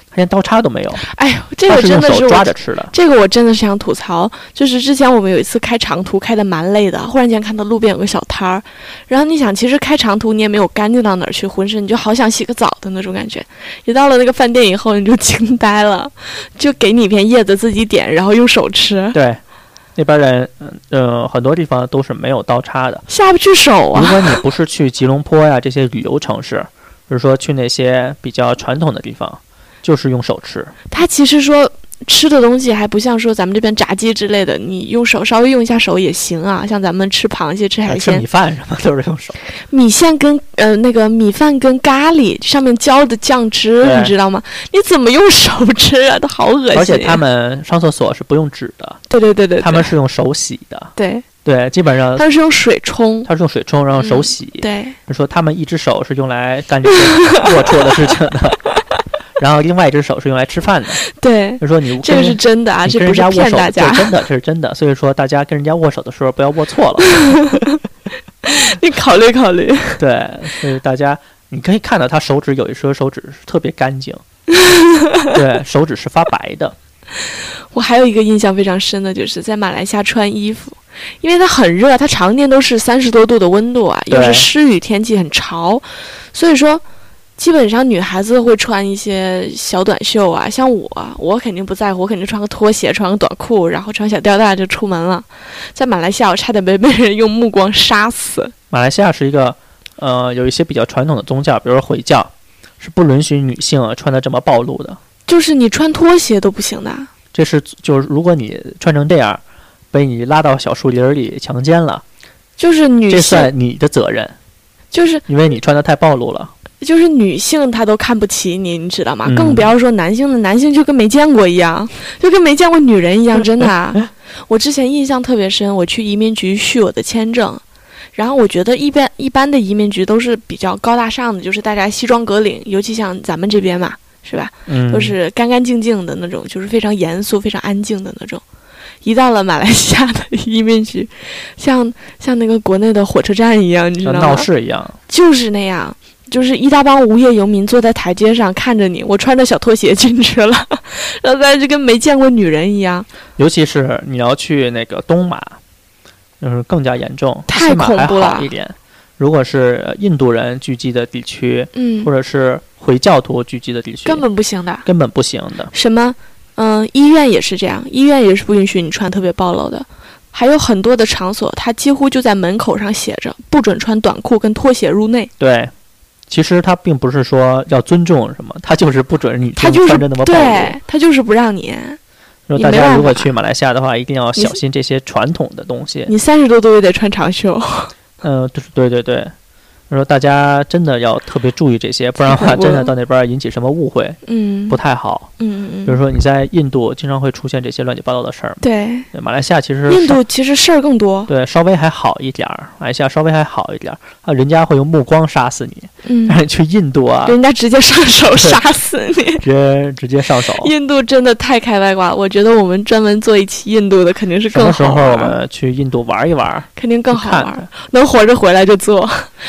[SPEAKER 1] 他连刀叉都没有，
[SPEAKER 3] 哎呦，这
[SPEAKER 1] 他
[SPEAKER 3] 个
[SPEAKER 1] 是
[SPEAKER 3] 真
[SPEAKER 1] 用
[SPEAKER 3] 的是
[SPEAKER 1] 手抓
[SPEAKER 3] 我
[SPEAKER 1] 着吃的。
[SPEAKER 3] 这个我真的是想吐槽，就是之前我们有一次开长途，开的蛮累的，忽然间看到路边有个小摊儿，然后你想，其实开长途你也没有干净到哪儿去，浑身你就好想洗个澡的那种感觉。一到了那个饭店以后，你就惊呆了，就给你一片叶子自己点，然后用手
[SPEAKER 1] (laughs)
[SPEAKER 3] 吃，
[SPEAKER 1] 对，那边人嗯呃很多地方都是没有刀叉的。
[SPEAKER 3] 下不去手
[SPEAKER 1] 如
[SPEAKER 3] 啊。
[SPEAKER 1] 果你不是去吉隆坡呀这些旅游城市，比如说去那些比较传统的地方，就是用手吃。
[SPEAKER 3] 他其实说。吃的东西还不像说咱们这边炸鸡之类的，你用手稍微用一下手也行啊。像咱们吃螃蟹、吃海
[SPEAKER 1] 呃吃
[SPEAKER 3] 鲜
[SPEAKER 1] 米，饭什么都是用手。
[SPEAKER 3] 米线跟呃那个米饭跟咖喱上面浇的酱汁，
[SPEAKER 1] 对
[SPEAKER 3] 你知道吗？你怎么用手吃啊？都好恶心呀。
[SPEAKER 1] 而且他们上厕所是不用纸的，
[SPEAKER 3] 对对对对，对
[SPEAKER 1] 他们是用手洗的。
[SPEAKER 3] 对，
[SPEAKER 1] 对，基本上
[SPEAKER 3] 他们是用水冲。
[SPEAKER 1] 他是用水冲，然后手
[SPEAKER 3] 嗯
[SPEAKER 1] 洗。
[SPEAKER 3] 对，
[SPEAKER 1] 他说他们一只手是用来干这些龌龊的事情的， (laughs) 然后另外一只手是用来吃饭的。
[SPEAKER 3] 对，
[SPEAKER 1] 他说你
[SPEAKER 3] 这个
[SPEAKER 1] 跟
[SPEAKER 3] 是真的啊，
[SPEAKER 1] 你
[SPEAKER 3] 这
[SPEAKER 1] 跟人
[SPEAKER 3] 不
[SPEAKER 1] 家
[SPEAKER 3] 是
[SPEAKER 1] 握
[SPEAKER 3] 骗
[SPEAKER 1] 手，
[SPEAKER 3] 大家
[SPEAKER 1] 这是。真的，这是真的。所以说大家跟人家握手的时候不要握错了。
[SPEAKER 3] (laughs) 你考虑考虑。
[SPEAKER 1] 对，所以大家你可以看到他手指有一双手指是特别干
[SPEAKER 3] (laughs)
[SPEAKER 1] 净，对，手指是发白的。
[SPEAKER 3] 我还有一个印象非常深的，就是在马来西亚穿衣服，因为它很热，它常年都是三十多度的温度啊，又
[SPEAKER 1] 对
[SPEAKER 3] 是湿雨天气，很潮，所以说。基本上女孩子会穿一些小短袖啊，像我，我肯定不在乎，我肯定穿个拖鞋，穿个短裤，然后穿小吊带就出门了。在马来西亚，我差点被被人用目光杀死。
[SPEAKER 1] 马来西亚是一个，呃，有一些比较传统的宗教，比如说回教，是不允许女性穿的这么暴露的。
[SPEAKER 3] 就是你穿拖鞋都不行的，
[SPEAKER 1] 这是就是如果你穿成这样，被你拉到小树林儿里强奸了，
[SPEAKER 3] 就是女
[SPEAKER 1] 这
[SPEAKER 3] 性，
[SPEAKER 1] 算你的责任，
[SPEAKER 3] 就是
[SPEAKER 1] 因为你穿的太暴露了。
[SPEAKER 3] 就是女性她都看不起你，你知道吗？
[SPEAKER 1] 嗯
[SPEAKER 3] 更不要说男性了，男性就跟没见过一样，就跟没见过女人一样，真
[SPEAKER 1] (laughs)
[SPEAKER 3] 的、啊。我之前印象特别深，我去移民局续我的签证，然后我觉得一般一般的移民局都是比较高大上的，就是大家西装革领，尤其像咱们这边嘛，是吧？
[SPEAKER 1] 嗯，
[SPEAKER 3] 都是干干净净的那种，就是非常严肃、非常安静的那种。一到了马来西亚的 (laughs) 移民局，像像那个国内的火车站一样，你知道
[SPEAKER 1] 像
[SPEAKER 3] 吗？
[SPEAKER 1] 闹事一样。
[SPEAKER 3] 就是那样，就是一大帮无业游民坐在台阶上看着你，我穿着小拖鞋进去了，然后大家就跟没见过女人一样，
[SPEAKER 1] 尤其是你要去那个东马，就是更加严重，
[SPEAKER 3] 太
[SPEAKER 1] 西马还
[SPEAKER 3] 恐怖
[SPEAKER 1] 好
[SPEAKER 3] 了
[SPEAKER 1] 一点。如果是呃印度人聚集的地区，
[SPEAKER 3] 嗯
[SPEAKER 1] 或，者是回教徒聚集的地区，
[SPEAKER 3] 根本不行的。
[SPEAKER 1] 根本不行的。
[SPEAKER 3] 什么，嗯，医院也是这样，医院也是不允许你穿特别暴露的。还有很多的场所，它几乎就在门口上写着不准穿短裤跟拖鞋入内。
[SPEAKER 1] 对，其实他并不是说要尊重什么，他就是不准你
[SPEAKER 3] 他就是
[SPEAKER 1] 穿着那么暴露。
[SPEAKER 3] 对，它就是不让你，
[SPEAKER 1] 说
[SPEAKER 3] 你
[SPEAKER 1] 大
[SPEAKER 3] 没
[SPEAKER 1] 家
[SPEAKER 3] 办
[SPEAKER 1] 如果
[SPEAKER 3] 法
[SPEAKER 1] 去马来西亚的话，一定要
[SPEAKER 3] 你
[SPEAKER 1] 小心这些传统的东西。
[SPEAKER 3] 你三十多度也得穿长袖，
[SPEAKER 1] 嗯，对对对对，说大家真的要特别注意这些，不然的
[SPEAKER 3] 太
[SPEAKER 1] 话
[SPEAKER 3] 恐怖
[SPEAKER 1] 真的
[SPEAKER 3] 了
[SPEAKER 1] 到那边儿引起什么误会
[SPEAKER 3] 嗯，
[SPEAKER 1] 不太好。
[SPEAKER 3] 嗯嗯
[SPEAKER 1] 比如
[SPEAKER 3] 嗯，
[SPEAKER 1] 说你在印度经常会出现这些乱七八糟的事儿，
[SPEAKER 3] 对，
[SPEAKER 1] 对马来西亚其实
[SPEAKER 3] 印
[SPEAKER 1] 稍
[SPEAKER 3] 度其实事儿更多，
[SPEAKER 1] 对稍微还好一点儿，马来西亚稍微还好一点儿，啊，人家会用目光杀死你， (laughs)
[SPEAKER 3] 嗯
[SPEAKER 1] 但，是去印度啊，
[SPEAKER 3] 人家直接上手杀死
[SPEAKER 1] (laughs)
[SPEAKER 3] 你。
[SPEAKER 1] 直接直接上手。
[SPEAKER 3] 印度真的太开外挂，我觉得我们专门做一期印度的肯定是
[SPEAKER 1] 什么
[SPEAKER 3] 更
[SPEAKER 1] 时
[SPEAKER 3] 好
[SPEAKER 1] 候我
[SPEAKER 3] 玩儿，
[SPEAKER 1] 们去印度玩一玩？
[SPEAKER 3] 肯定更
[SPEAKER 1] 去
[SPEAKER 3] 好
[SPEAKER 1] 看
[SPEAKER 3] 玩儿
[SPEAKER 1] 看，
[SPEAKER 3] 能活着回来就做。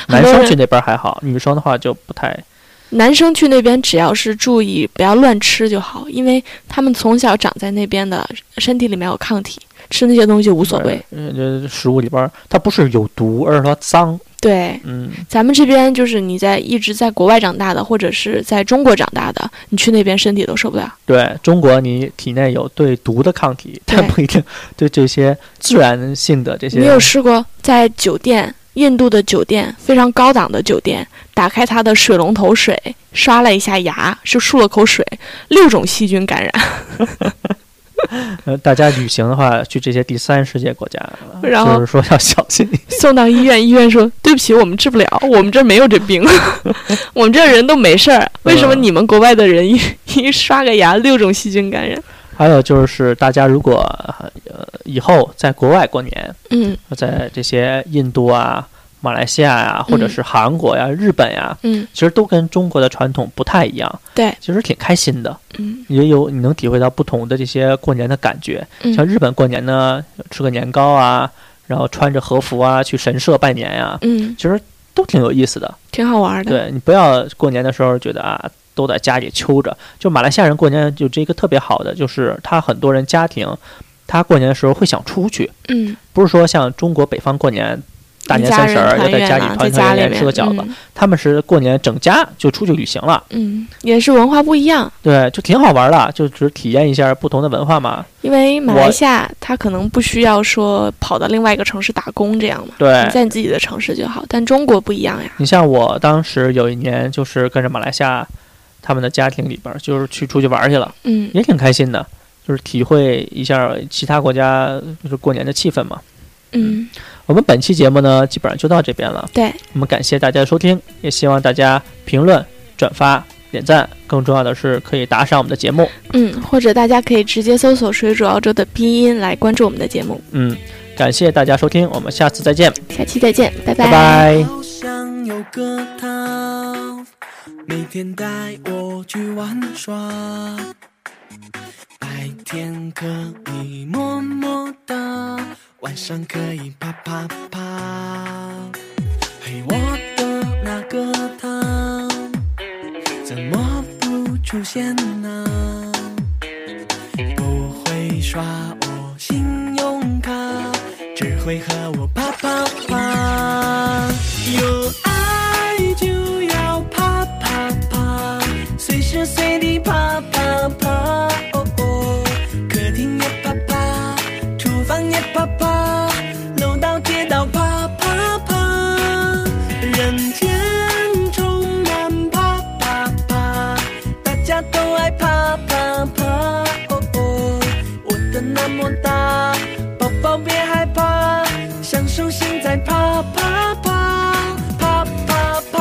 [SPEAKER 1] 男
[SPEAKER 3] 多
[SPEAKER 1] 生
[SPEAKER 3] 人
[SPEAKER 1] 去那边还好，女生的话就不太呃
[SPEAKER 3] 男生去那边只要是注意不要乱吃就好，因为他们从小长在那边的身体里面有抗体，吃那些东西无
[SPEAKER 1] 无
[SPEAKER 3] 所谓。。
[SPEAKER 1] 嗯，这食物里边儿它不是有毒，而是说脏。
[SPEAKER 3] 对，
[SPEAKER 1] 嗯，
[SPEAKER 3] 咱们这边就是你在一直在国外长大的，或者是在中国长大的，你去那边身体都受不了。
[SPEAKER 1] 对中国，你体内有对毒的抗体，但
[SPEAKER 3] 对
[SPEAKER 1] 不一定对这些自然性的这些。
[SPEAKER 3] 你有试过在酒店，印度的酒店非常高档的酒店，打开它的水龙头水，刷了一下牙，就漱了口水，六种细菌感染。 (laughs)
[SPEAKER 1] 呃，大家旅行的话，去这些第三世界国家，呃
[SPEAKER 3] 然后
[SPEAKER 1] 就是说要小心。
[SPEAKER 3] 送到医院，医院说对不起，我们治不了，我们这儿没有这病， (laughs) 我们这儿人都没事儿，啊为
[SPEAKER 1] 嗯
[SPEAKER 3] 什么你们国外的人一一刷个牙六种细菌感染？
[SPEAKER 1] (laughs) 还有就是，大家如果呃以后在国外过年，
[SPEAKER 3] 嗯
[SPEAKER 1] 在这些印度啊、马来西亚呀、或者
[SPEAKER 3] 嗯
[SPEAKER 1] 是韩国呀、日本呀、
[SPEAKER 3] 嗯
[SPEAKER 1] 其实都跟中国的传统不太一样。
[SPEAKER 3] 对，
[SPEAKER 1] 其实挺开心的，
[SPEAKER 3] 嗯
[SPEAKER 1] 也有你能体会到不同的这些过年的感觉。像
[SPEAKER 3] 嗯
[SPEAKER 1] 日本过年呢，吃个年糕啊，然后穿着和服啊去神社拜年呀、
[SPEAKER 3] 嗯，
[SPEAKER 1] 其实都挺有意思的。
[SPEAKER 3] 挺好玩的。
[SPEAKER 1] 对你不要过年的时候觉得啊。都在家里揪着，就马来西亚人过年有这个特别好的，就是他很多人家庭，他过年的时候会想出去，
[SPEAKER 3] 嗯，
[SPEAKER 1] 不是说像中国北方过年，大年三十儿要
[SPEAKER 3] 一
[SPEAKER 1] 在
[SPEAKER 3] 家
[SPEAKER 1] 家里
[SPEAKER 3] 人团圆啊
[SPEAKER 1] 团
[SPEAKER 3] 在
[SPEAKER 1] 团
[SPEAKER 3] 里
[SPEAKER 1] 圆圆
[SPEAKER 3] 面
[SPEAKER 1] 吃个饺子，
[SPEAKER 3] 嗯
[SPEAKER 1] 他们是过年整家就出去旅行了，
[SPEAKER 3] 嗯，也是文化不一样。
[SPEAKER 1] 对，就挺好玩的，就只体验一下不同的文化嘛。
[SPEAKER 3] 因为马来
[SPEAKER 1] 我
[SPEAKER 3] 西亚，它可能不需要说跑到另外一个城市打工这样嘛，
[SPEAKER 1] 对
[SPEAKER 3] 你在你自己的城市就好。但中国不一样呀，
[SPEAKER 1] 你像我当时有一年就是跟着马来西亚他们的家庭里边儿，就是去出去玩儿去了，
[SPEAKER 3] 嗯
[SPEAKER 1] 也挺开心的，就是体会一下其他国家就是过年的气氛嘛。
[SPEAKER 3] 嗯，
[SPEAKER 1] 我们本期节目呢，基本上就到这边了。
[SPEAKER 3] 对，
[SPEAKER 1] 我们感谢大家的收听，也希望大家评论、转发、点赞，更重要的是可以打赏我们的节目。
[SPEAKER 3] 嗯，或者大家可以直接搜索“水煮澳洲”的拼音来关注我们的节目。
[SPEAKER 1] 嗯，感谢大家收听，我们下次再见，
[SPEAKER 3] 下期再见，拜
[SPEAKER 1] 拜拜
[SPEAKER 4] 好想有个他，每天带我去玩耍。白天可以么么哒，晚上可以啪啪啪。嘿，我的那个他，怎么不出现呢？不会刷我信用卡，只会和我啪啪啪。有爱就要啪啪啪，随时随地啪啪啪。哦哦，客厅也啪啪，厨房也啪啪，楼道街道啪啪啪，人间充满啪啪啪。大家都爱啪啪啪，哦哦，我的那么大，宝宝别害怕，享受现在啪啪啪，啪啪啪。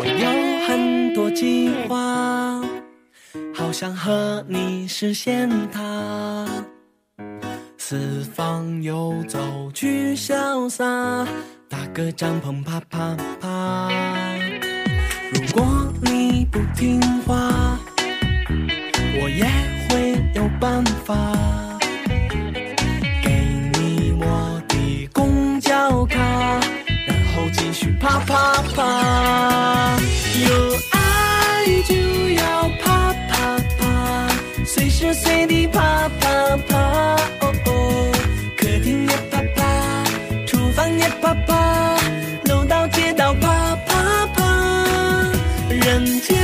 [SPEAKER 4] 我有很多计划，好想和你实现它。四方游走去潇洒，搭个帐篷啪啪啪。如果你不听话，我也会有办办法。给你我的公交卡，然后继续啪啪啪。有爱就要啪啪啪，随时随地啪啪啪。哦哦，客厅也啪啪，厨房也啪啪，楼道街道啪啪啪，人间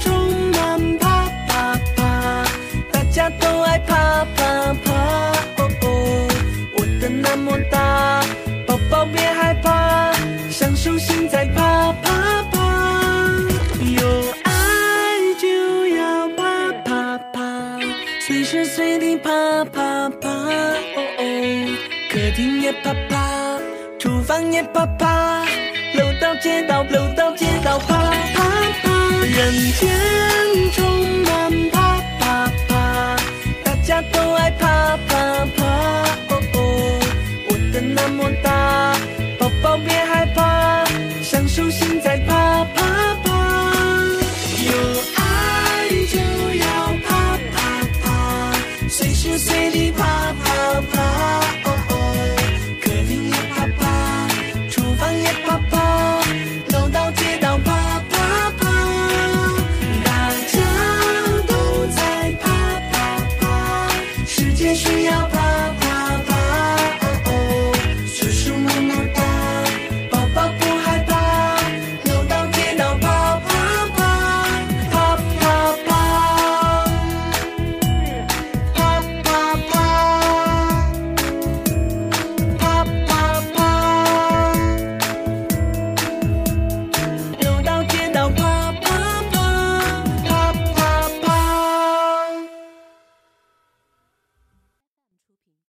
[SPEAKER 4] 充满啪啪啪，大家都爱啪啪啪。哦哦，我的那么大，宝宝别害怕，享受现在啪啪啪，有爱就要啪啪啪，随时随地啪啪啪。哦哦，客厅也啪啪，厨房也啪啪，楼道街道楼道街道啪啪啪，人间充满啪啪啪，大家都爱啪啪。哦哦